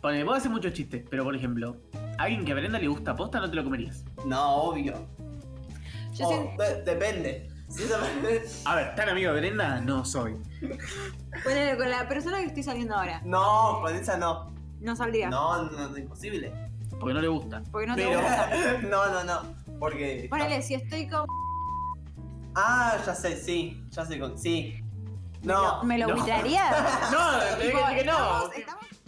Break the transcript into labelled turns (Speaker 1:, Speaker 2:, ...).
Speaker 1: Pone, vos haces muchos chistes, pero por ejemplo, a alguien que a Brenda le gusta posta no te lo comerías.
Speaker 2: No, obvio.
Speaker 3: Yo
Speaker 2: O,
Speaker 1: Oh.
Speaker 3: siento-
Speaker 2: de- depende. Si esa
Speaker 1: A ver, ¿tan amigo de Brenda? No soy.
Speaker 3: Ponele, con la persona que estoy saliendo ahora,
Speaker 2: No, con esa no.
Speaker 3: no saldría.
Speaker 2: No, no, no, imposible.
Speaker 1: Porque no le gusta.
Speaker 3: Porque no te
Speaker 2: Pero.
Speaker 3: gusta.
Speaker 2: No, no, no. Porque.
Speaker 3: Ponele, si estoy con.
Speaker 2: Ah, ya sé, sí. Ya sé con. Sí. No.
Speaker 3: ¿Me lo
Speaker 1: no.
Speaker 3: humillarías?
Speaker 1: No, le
Speaker 3: Tipo,
Speaker 1: dije que no.
Speaker 3: estamos- estamos-